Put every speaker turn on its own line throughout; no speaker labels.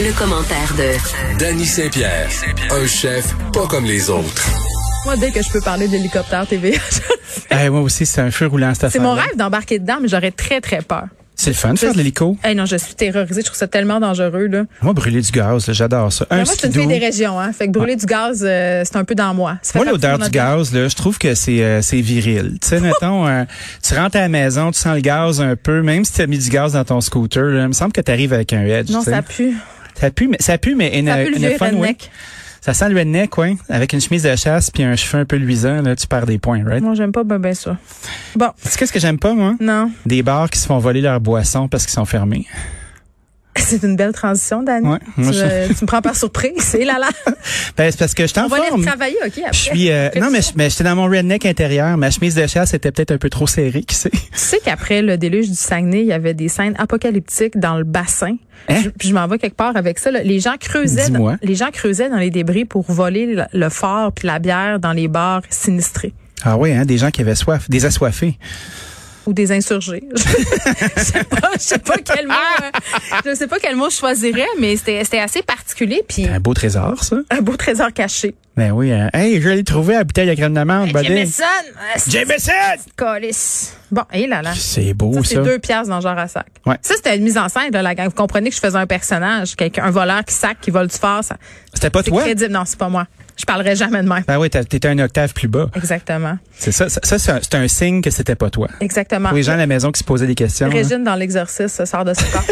le commentaire de
Danny Saint-Pierre, un chef pas comme les autres.
Moi, dès que je peux parler d'hélicoptère TV,
Eh, moi aussi, c'est un feu roulant, cette
c'est mon
affaire-là.
rêve d'embarquer dedans, mais j'aurais très, très peur.
C'est le fun de faire de l'hélico.
Eh non, je suis terrorisée. Je trouve ça tellement dangereux, là.
Moi, brûler du gaz, là, j'adore ça. Un
Mais Ben, moi, je suis une
skidoo.
fille des régions, hein. Fait que brûler du gaz, euh, c'est un peu dans moi. Ça fait
Ah.
partie
Moi, l'odeur
de
du
notre-
gaz, là, je trouve que c'est euh, c'est viril. Tu sais, mettons, euh, tu rentres à la maison, tu sens le gaz un peu, même si tu as mis du gaz dans ton scooter, là, il me semble que tu arrives avec un edge.
Non,
tu sais. e-
ça pue.
Ça pue, mais ça pue, mais in
Ça
a-
pue le
in a
vieux
fun way.
redneck.
Ça sent le redneck, ouais. Avec une chemise de chasse puis un cheveu un peu luisant, là, tu perds des points, right?
Moi, j'aime pas ben, ben ça. Bon,
Tu sais qu'est-ce que j'aime pas, moi?
non.
Des bars qui se font voler leurs boissons parce qu'ils sont fermés.
C'est une belle transition, Dani.
Ouais,
tu,
moi, je-
euh, tu me prends par surprise. Et là, là.
Ben, c'est parce que je t'en
On va
forme.
aller retravailler, OK? Après.
Je suis euh, non mais je- mais j'étais dans mon redneck intérieur, ma chemise de chasse était peut-être un peu trop serrée, qui sait.
Tu sais qu'après le déluge du Saguenay, il y avait des scènes apocalyptiques dans le bassin.
Hein?
Je- puis je m'en vais quelque part avec ça. là. Les gens creusaient, dans,
Dis-moi.
les gens creusaient dans les débris pour voler le, le fort puis la bière dans les bars sinistrés
Ah oui, hein, des gens qui avaient soif, des assoiffés.
ou des insurgés. je sais pas, je sais pas quel mot, euh, je sais pas quel mot je choisirais, mais c'était c'était assez particulier puis
Un beau trésor ça.
un beau trésor caché.
Ben oui, hein. hey, je l'ai trouvé à la bouteille de crème d'amande, buddy.
Jameson, euh, c'est-
Jameson!
Calisse. Bon, et là là.
C'est beau
Ça,
ça.
c'est deux piastres dans genre à sac.
Ouais.
Ça, c'était une mise en scène, là, la gang. Vous comprenez que je faisais un personnage, quelqu'un, un voleur qui sac, qui vole du fort. ça-
C'était pas
C'est
toi.
crédible. Non, c'est pas moi. Je parlerai jamais de même.
Ben oui, t'as- t'étais un octave plus bas.
Exactement.
C'est ça, ça, ça, c'est un- c'est un signe que c'était pas toi.
Exactement.
Pour les gens à la maison qui se posaient des questions. hein.
Régine dans l'exorcisme ça sort de ce corps.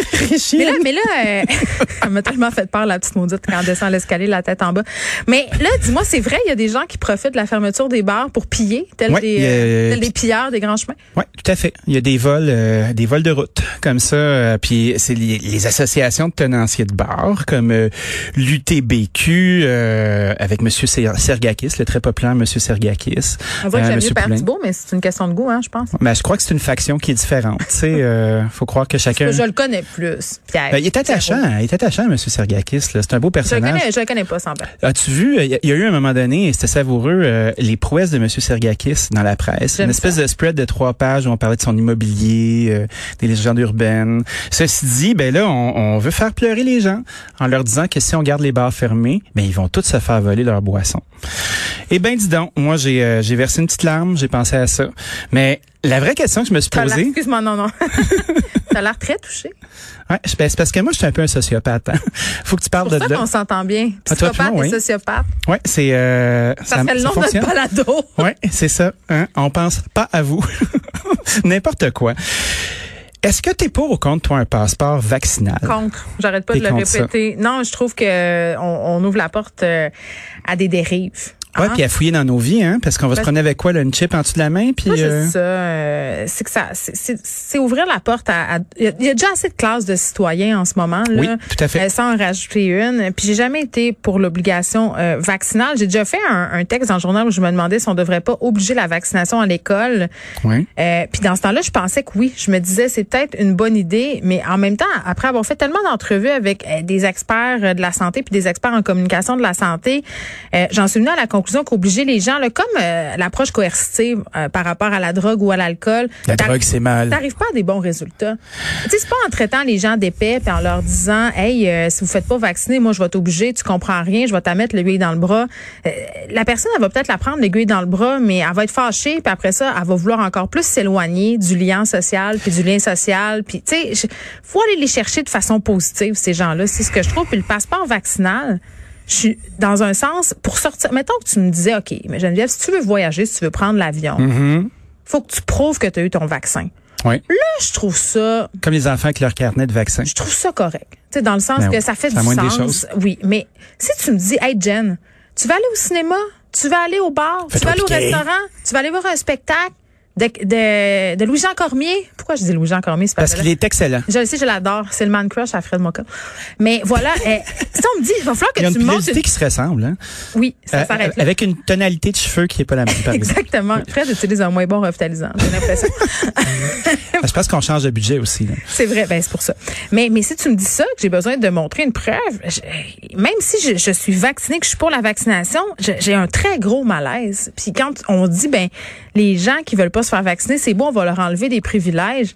mais là, mais là, euh, elle m'a tellement fait peur, la petite maudite, quand elle descend l'escalier, la tête en bas. Mais là, dis-moi, c'est vrai, il y a des gens qui profitent de la fermeture des bars pour piller, tels,
Ouais,
des,
il y a-
euh, tels des pilleurs des grands chemins.
Oui, tout à fait. Il y a des vols, euh, des vols de route comme ça. euh, puis c'est les, les associations de tenanciers de bars comme euh, l'UTBQ euh, avec Monsieur Ser- Sergakis, le très populaire Monsieur Sergakis.
On dirait que
euh,
j'aime mieux
Monsieur
Père
Poulain.
Thibault, mais c'est une question de goût, hein, je pense.
Ben, je crois que c'est une faction qui est différente. Tu sais, euh, faut croire que chacun.
Je le connais plus, Pierre.
Ben, il est attachant, hein, il est attachant, Monsieur Sergakis. là. C'est un beau
Je le
personnage.
connais, je le connais pas, sans blague.
As-tu vu, euh, il y, a- il y a eu à un moment donné, et c'était savoureux, euh, les prouesses de Monsieur Sergakis dans la presse.
J'aime
Une espèce de spread de trois pages où on parlait de son immobilier, euh, des légendes urbaines. Ceci dit, ben là, on, on veut faire pleurer les gens en leur disant que si on garde les bars fermés, ben ils vont tous se faire voler leurs boissons. Eh ben, dis donc, moi j'ai euh, j'ai versé une petite larme, j'ai pensé à ça. Mais la vraie question que je me suis
T'as l'air-
posée,
Excuse-moi, non, non. T'as l'air très touché.
ouais, je- ben, c'est parce que moi je suis un peu un sociopathe. hein. Faut que tu parles
C'est
de
pour ça
là.
qu'on s'entend bien.
Ah, toi,
Psychopathe
puis moi,
et
oui.
sociopathe.
Ouais, c'est euh,
Ça, fait le nom de notre
fonctionne.
balado.
Oui, c'est ça. Hein? On pense pas à vous. N'importe quoi. Est-ce que t'es pour ou contre, toi, un passeport vaccinal?
Contre. J'arrête pas
T'es
de le
contre ça.
répéter. Non, je trouve que euh, on, on ouvre la porte euh, à des dérives.
Ouais,
Hein?
puis à fouiller dans nos vies, hein, parce qu'on va se
Parce-
prendre avec quoi, là, une chip en dessous de la main, puis...
Moi,
euh,
c'est ça. euh, c'est que ça, c'est- c'est c'est ouvrir la porte à. à- Il y a- il y, a déjà assez de classes de citoyens en ce moment là.
Oui, tout à fait.
euh, sans en rajouter une. Puis j'ai jamais été pour l'obligation euh, vaccinale. J'ai déjà fait un, un texte dans le journal où je me demandais si on devrait pas obliger la vaccination à l'école.
Ouais.
Euh, puis dans ce temps-là, je pensais que oui, je me disais c'est peut-être une bonne idée, mais en même temps, après avoir fait tellement d'entrevues avec euh, des experts euh, de la santé puis des experts en communication de la santé, euh, j'en suis venue à la conclusion qu'obliger les gens, là, comme euh, l'approche coercitive euh, par rapport à la drogue ou à l'alcool,
La
t'arri-
drogue, c'est mal.
T'arrives pas à des bons résultats. Tu sais, c'est pas en traitant les gens d'épais puis en leur disant, hey, euh, si vous faites pas vacciner, moi je vais t'obliger, tu comprends rien, je vais t'amettre l'aiguille dans le bras. Euh, la personne, elle va peut-être la prendre l'aiguille dans le bras, mais elle va être fâchée puis après ça, elle va vouloir encore plus s'éloigner du lien social puis du lien social. Puis tu sais, je- faut aller les chercher de façon positive ces gens-là. C'est ce que je trouve. Puis le passeport vaccinal. Je suis dans un sens pour sortir. Mettons que tu me disais, OK, mais Geneviève, si tu veux voyager, si tu veux prendre l'avion, faut que tu prouves que tu as eu ton vaccin
Ouais.
je trouve ça
Comme les enfants avec leur carnet de vaccins.
je trouve ça correct. Tu sais dans le sens
Ben
que
oui,
ça fait
c'est la
du
moindre des
sens.
choses.
Oui, mais si tu me dis hey Jen, tu vas aller au cinéma, tu vas aller au bar, tu
Fais-toi
vas aller au
piquer.
restaurant, tu vas aller voir un spectacle de, de, de Louis-Jean Cormier. Pourquoi je dis Louis-Jean Cormier, c'est
Parce qu'il est excellent.
je le sais, je l'adore. C'est le man crush à Fred Moka. Mais voilà, eh, si on me dit, il va falloir
Il y a
que tu
une
me montres.
pilosité
une-
qui se ressemble, hein?
Oui, ça
Euh,
s'arrête là.
avec une tonalité de cheveux qui est pas la même, par exemple.
Exactement. Fred utilise un moins bon revitalisant, j'ai l'impression.
Je pense qu'on change de budget aussi, là.
C'est vrai, ben c'est pour ça. Mais, mais si tu me dis ça, que j'ai besoin de montrer une preuve, je- même si je, je suis vaccinée, que je suis pour la vaccination, je- j'ai un très gros malaise. Puis quand on dit, ben, les gens qui veulent pas se faire vacciner, c'est bon, on va leur enlever des privilèges.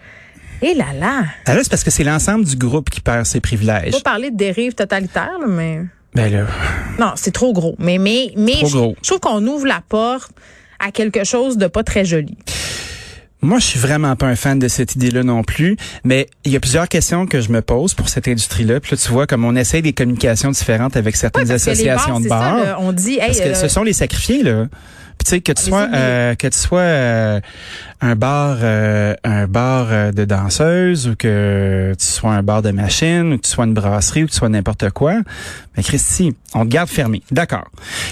Et là là.
Ah là, c'est parce que c'est l'ensemble du groupe qui perd ses privilèges.
Pas parler de dérive totalitaire, là, mais.
Ben là,
Non, c'est trop gros. Mais, mais, mais
Trop
je,
gros.
je trouve qu'on ouvre la porte à quelque chose de pas très joli.
moi, je suis vraiment pas un fan de cette idée-là non plus, mais il y a plusieurs questions que je me pose pour cette industrie-là. Puis là, tu vois, comme on essaye des communications différentes avec certaines
Parce que les bars,
associations de
c'est
bars.
ça, là, on dit, hey,
Parce que
euh, Ah,
ce sont les sacrifiés là. Puis tu sais que tu sois
Allez-y, mais-
euh, que tu sois euh, un bar euh, un bar euh, de danseuse ou que tu sois un bar de machine ou que tu sois une brasserie ou que tu sois n'importe quoi. Mais Christy, on te garde fermé. D'accord.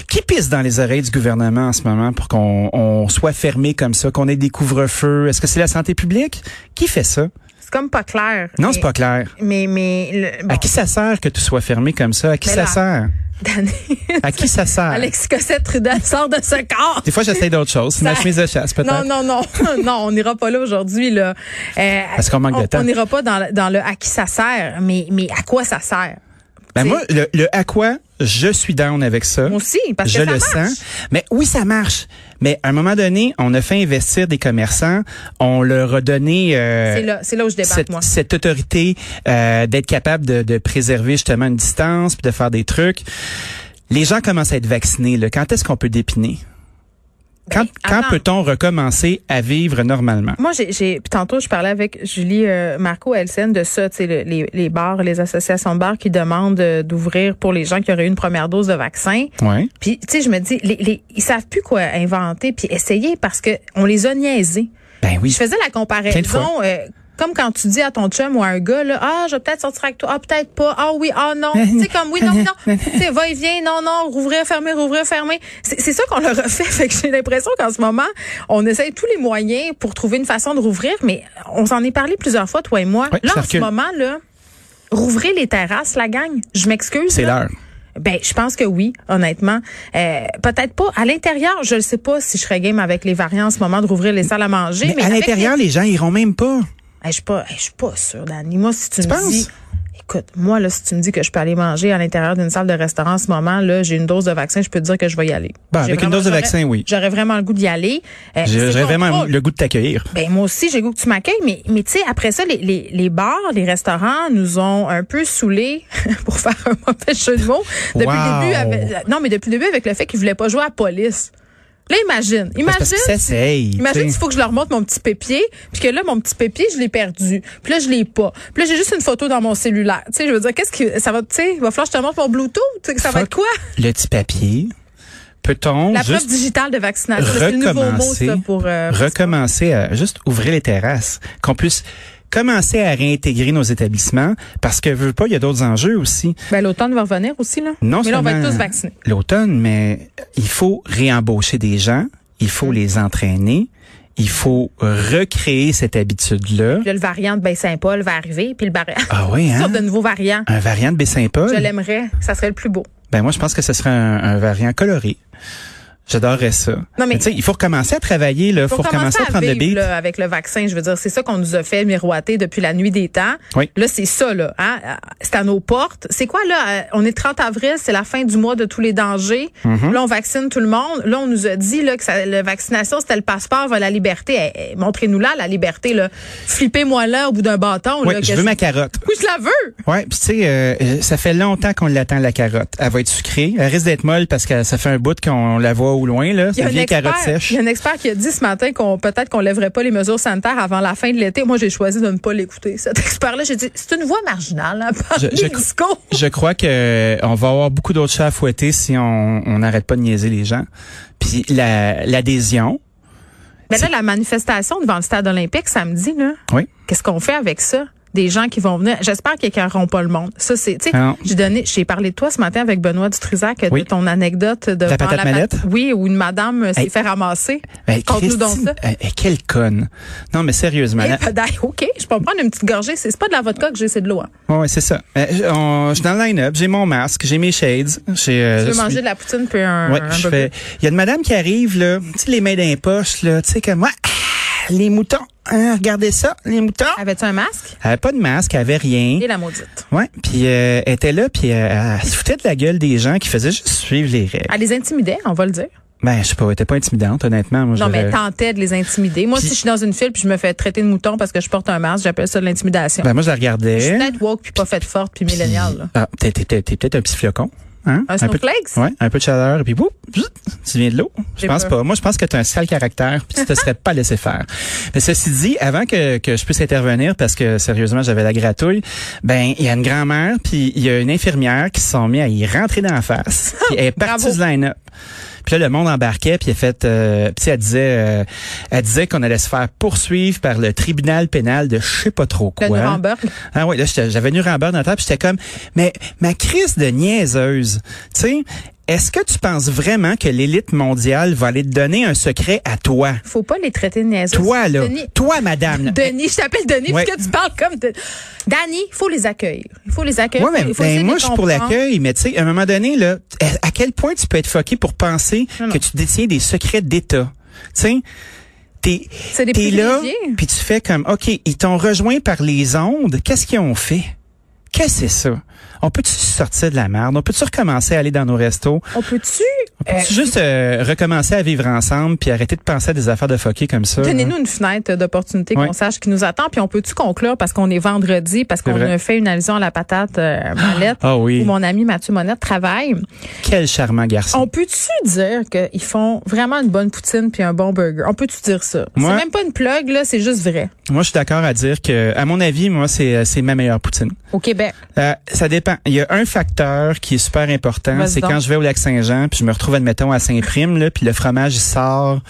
Qui pisse dans les oreilles du gouvernement en ce moment pour qu'on on soit fermé comme ça, qu'on ait des couvre-feux Est-ce que c'est la santé publique Qui fait ça
c'est comme pas clair.
Non,
Mais-
c'est pas clair.
Mais, mais, le, bon,
À qui ça sert que tout soit fermé comme ça À qui
Mais
ça
là-
sert
Danny,
À qui ça sert
Alex Cossette Trudel sort de ce corps.
Des fois, j'essaie d'autres choses. C'est
Ça-
ma chemise de chasse, peut-être.
Non, non, non, non, on n'ira pas là aujourd'hui. Là. Euh,
Parce qu'on manque de
on-
temps.
On n'ira pas dans, le- dans le à qui ça sert, mais, mais à quoi ça sert?
Ben
T'sais-
moi, le, le à quoi, je suis down avec ça.
Moi aussi, parce
je
que ça
le
marche.
sens. Mais oui, ça marche. Mais à un moment donné, on a fait investir des commerçants. On leur a donné euh,
C'est là, c'est là où je débarque,
cette,
moi.
cette autorité euh, d'être capable de, de préserver justement une distance puis de faire des trucs. Les gens commencent à être vaccinés. Là. Quand est-ce qu'on peut dépiner?
Ben,
Quand, quand
attends.
peut-on recommencer à vivre normalement?
Moi, j'ai, j'ai puis tantôt, je parlais avec Julie euh, Marco Elsen de ça, tu sais, le- les, les bars, les associations de bars qui demandent euh, d'ouvrir pour les gens qui auraient eu une première dose de vaccin.
Ouais.
Puis, tu sais, je me dis, les, les, ils savent plus quoi inventer puis essayer parce que on les a niaisés.
Ben oui.
Je faisais la
Plein de fois.
comparaison. euh, comme quand tu dis à ton chum ou à un gars, là, ah, je vais peut-être sortir avec toi, ah, peut-être pas, ah oui, ah non. tu sais, comme oui, non, non. tu sais, va et vient, non, non, rouvrir, fermer, rouvrir, fermer. C'est c'est ça qu'on leur a fait. Fait que j'ai l'impression qu'en ce moment, on essaye tous les moyens pour trouver une façon de rouvrir, mais on s'en est parlé plusieurs fois, toi et moi.
Ouais,
là,
ça
en ce
recule.
moment, là, rouvrez les terrasses, la gang. Je m'excuse.
C'est
là.
l'heure.
Ben, je pense que oui, honnêtement. Euh, Peut-être pas à l'intérieur. Je ne sais pas si je serais game avec les variants en ce moment de rouvrir les salles à manger. Mais,
Mais à
avec
l'intérieur, les gens iront même pas.
les- Hey, je suis pas, hey, je suis pas sûre, Dani. Moi, si tu, me
penses?
dis, écoute, moi là, si tu me dis que je peux aller manger à l'intérieur d'une salle de restaurant en ce moment, là, j'ai une dose de vaccin, je peux te dire que je vais y aller.
Ben,
J'ai
avec une
vraiment-
dose de
j'aurais-
vaccin, oui.
J'aurais vraiment le goût d'y aller. Euh, c'est
J'aurais vraiment
contrôle.
le goût de t'accueillir.
Ben moi aussi, j'ai le goût que tu m'accueilles, mais, mais tu sais, après ça, les, les, les bars, les restaurants nous ont un peu saoulés, pour faire un mauvais jeu de mots, depuis
Wow.
le début avec, non, mais depuis le début avec le fait qu'ils voulaient pas jouer à la police. Là, imagine,
Ben, c'est parce
imagine.
qu'ils s'essayent,
Imagine
tu sais.
s'il faut que je leur montre mon petit pépier, puis que là, mon petit pépier, je l'ai perdu. Puis là, je l'ai pas. Puis là, j'ai juste une photo dans mon cellulaire. Tu sais, je veux dire, qu'est-ce que ça va, tu sais, il va falloir que je te montre mon Bluetooth. tu sais, que Ça va
Fuck.
être quoi?
Le petit papier. Peut-on
La preuve
juste
digitale de vaccination. C'est le nouveau mot,
recommencer,
ça, pour, euh,
recommencer à juste ouvrir les terrasses, qu'on puisse commencer à réintégrer nos établissements, parce que veux pas, il y a d'autres enjeux aussi.
Ben, l'automne va revenir aussi, là.
Non
Mais là, on va être
seulement
tous vaccinés.
L'automne, mais il faut réembaucher des gens, il
Mm.
faut les entraîner, il faut recréer cette habitude-là.
Puis là, le variant de Baie-Saint-Paul va arriver, puis le variant.
Ah oui, hein?
sorte de nouveaux variants.
Un variant
Je
de Baie-Saint-Paul?
l'aimerais. Ça serait le plus beau.
Ben moi, je pense que ce serait un, un variant coloré. J'adorerais ça.
mais-
tu sais, il faut recommencer à travailler, là. Faut,
Pour
recommencer à, prendre
vivre,
le beat.
là, avec le vaccin, je veux dire, c'est ça qu'on nous a fait miroiter depuis la nuit des temps.
Oui.
Là, c'est ça, là. hein? Euh, C'est à nos portes. C'est quoi, là? euh, On est 30 avril, c'est la fin du mois de tous les dangers.
Mm-hmm.
Là, on vaccine tout le monde. Là, on nous a dit là, que ça- la vaccination, c'était le passeport vers la liberté. Eh, eh, Montrez-nous-la, la liberté, là. Flippez-moi là au bout d'un bâton.
Oui,
là,
je
que
veux ma carotte.
Oui, je la veux!
Ouais, puis tu sais, euh, euh, ça fait longtemps qu'on l'attend la carotte. Elle va être sucrée, elle risque d'être molle parce que ça fait un bout qu'on la voit au loin
Il
là,
y,
c'est
a
une
un
vieille
expert,
carotte sèche.
il y a un expert qui a dit ce matin qu'on peut-être qu'on lèverait pas les mesures sanitaires avant la fin de l'été. Moi, j'ai choisi de ne pas l'écouter. Cet expert-là, j'ai dit, c'est une voie marginale, hein, parmi
Je- je-
les discours.
Je crois que euh, on va avoir beaucoup d'autres chats à fouetter si on on n'arrête pas de niaiser les gens. Puis la l'adhésion,
Mais là, la manifestation devant le stade olympique samedi, là,
oui.
qu'est-ce qu'on fait avec ça? Des gens qui vont venir. J'espère qu'ils écœureront pas le monde. Ça, c'est, tu sais,
Non.
j'ai donné, j'ai parlé de toi ce matin avec Benoît Dutrisac
Oui.
de ton anecdote de
La patate
pat-
mallette?
Oui, où une madame euh, s'est
Hey.
fait ramasser.
Ben,
Conte-nous donc
Christine,
ça.
euh, euh, quelle conne. Non mais sérieusement,
Eh,
la-
ben, d'ailleurs, OK, je peux en prendre une petite gorgée. C'est c'est pas de la vodka que j'ai, c'est de l'eau. hein.
Ouais, ouais, c'est ça. Euh, je- on- je suis dans le line-up, j'ai mon masque, j'ai mes shades. J'ai, euh,
Tu
je
veux
suis-
manger de la poutine puis un,
Ouais,
un
je
burger.
fais. Il y a une madame qui arrive là, tu sais, les mains dans les poches là, tu sais comme moi, les moutons. hein, regardez ça, les moutons.
Avais-tu un masque?
Elle avait pas de masque, elle avait rien.
Et la maudite.
Ouais, puis euh, elle était là, puis euh, elle se foutait de la gueule des gens qui faisaient juste suivre les règles.
Elle les intimidait, on va le dire.
Ben, je sais pas, elle était pas intimidante, honnêtement. Moi,
Non,
j'aurais-
mais tentait de les intimider. Moi,
Puis-
si je suis dans une file puis je me fais traiter de mouton parce que je porte un masque, j'appelle ça de l'intimidation.
Ben, moi, je la
je suis
regardais.
peut-être woke puis pas faite forte puis
puis-
milléniale. là. Ah,
Ah, t'es, t'es- t'es- t'es peut-être un petit flocon. Hein?
Un
peu,
snowflake?
ouais, un peu de chaleur, et puis boum, zut, tu viens de l'eau. Je
J'ai
pense
peur.
pas. Moi, je pense que tu as un sale caractère, puis tu te serais pas laissé faire. Mais ceci dit, avant que, que je puisse intervenir, parce que sérieusement, j'avais la gratouille, ben, il y a une grand-mère, puis il y a une infirmière qui se sont mis à y rentrer dans la face. Puis elle est partie
Bravo.
du line-up. Puis là, le monde embarquait, puis elle fait, euh, puis tu sais, elle disait, euh, elle disait qu'on allait se faire poursuivre par le tribunal pénal de je sais pas trop quoi.
Le Nuremberg.
Ah oui, là, j'étais- j'avais Nuremberg dans la tête, puis j'étais comme, mais ma crise de niaiseuse, tu sais, est-ce que tu penses vraiment que l'élite mondiale va aller te donner un secret à toi?
Faut pas les traiter de niaiseux.
Toi, là.
Denis,
Toi, madame. là.
Denis, je t'appelle Denis
Ouais.
parce que tu parles comme de... Danny, faut les accueillir. Il faut les accueillir.
Ouais, mais
Il faut
ben,
essayer de
moi,
les
je suis pour
comprendre.
l'accueil, mais tu sais, à un moment donné, là, à- à quel point tu peux être foqué pour penser que tu détiens des secrets d'État? Tu sais, t'es,
C'est des
t'es là,
privilégiés.
puis tu fais comme, OK, ils t'ont rejoint par les ondes, qu'est-ce qu'ils ont fait? Qu'est-ce que c'est ça? On peut-tu sortir de la merde? On peut-tu recommencer à aller dans nos restos?
On peut-tu
On peut-tu juste euh, recommencer à vivre ensemble puis arrêter de penser à des affaires de foqué comme ça?
Donnez-nous une fenêtre d'opportunité
Euh, Ouais.
qu'on sache qui nous attend, puis on peut-tu conclure parce qu'on est vendredi, parce qu'on
vrai.
a fait une allusion à la patate euh, Mallette,
Ah oui.
où mon ami Mathieu Monette travaille.
Quel charmant garçon.
On peut-tu dire qu'ils font vraiment une bonne poutine puis un bon burger? On peut-tu dire ça?
Moi-
C'est même pas une plug, là, c'est juste vrai.
Moi, je suis d'accord à dire que, à mon avis, moi, c'est, euh, c'est ma meilleure poutine.
Au Québec.
Euh, ça dépend. Il y a un facteur qui est super important,
Vas-y
c'est
donc.
quand je vais au lac Saint-Jean, puis je me retrouve admettons à Saint-Prime là, puis le fromage il sort,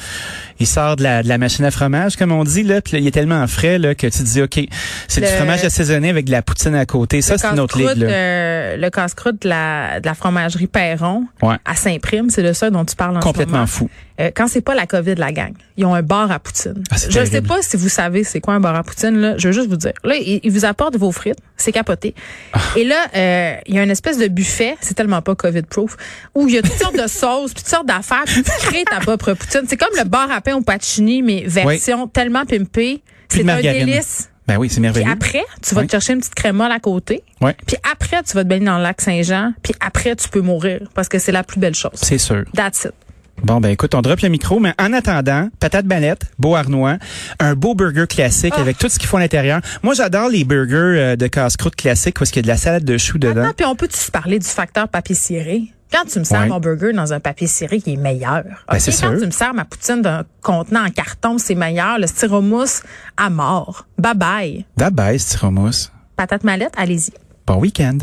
il sort de la, de la machine à fromage comme on dit là, puis là, il est tellement frais là que tu te dis OK, c'est du
Le-
fromage assaisonné avec de la poutine à côté, ça
le
c'est une autre
casse-croûte,
ligue là.
euh, le casse-croûte de la, de la fromagerie Perron
Ouais.
à Saint-Prime, c'est de ça dont tu parles en ce
Complètement
moment.
fou.
Euh, quand c'est pas la COVID, la gang, ils ont un bar à poutine.
Ah, c'est
je sais
terrible.
pas si vous savez c'est quoi un bar à poutine, là. Je veux juste vous dire. Là, ils, ils vous apportent vos frites. C'est capoté.
Ah.
Et là, euh, il y a une espèce de buffet. C'est tellement pas COVID-proof. Où il y a toutes sortes de sauces, puis toutes sortes d'affaires, puis tu crées ta propre poutine. C'est comme le bar à pain au pacchini, mais version tellement pimpée.
Plus de
C'est un
margarine.
délice.
Ben oui, c'est
Puis
merveilleux.
après, tu vas
Oui.
te chercher une petite crémole à côté.
Ouais.
Puis après, tu vas te baigner dans le lac Saint-Jean. Puis après, tu peux mourir parce que c'est la plus belle chose.
C'est sûr.
That's it.
Bon ben écoute, on drop le micro, mais en attendant, patate balette, beau arnois, un beau burger classique
Ah.
avec tout ce qu'il faut à l'intérieur. Moi j'adore les burgers euh, de casse-croûte classique parce qu'il y a de la salade de choux dedans.
Attends, puis on peut-tu se parler du facteur papier ciré? Quand tu me sers
Ouais.
mon burger dans un papier ciré, il est meilleur.
Ben,
OK?
c'est
Quand
sûr.
tu me sers ma poutine d'un contenant en carton, c'est meilleur. Le styromousse à mort. Bye bye.
Bye bye, Styromousse.
Patate mallette, allez-y.
Bon week-end.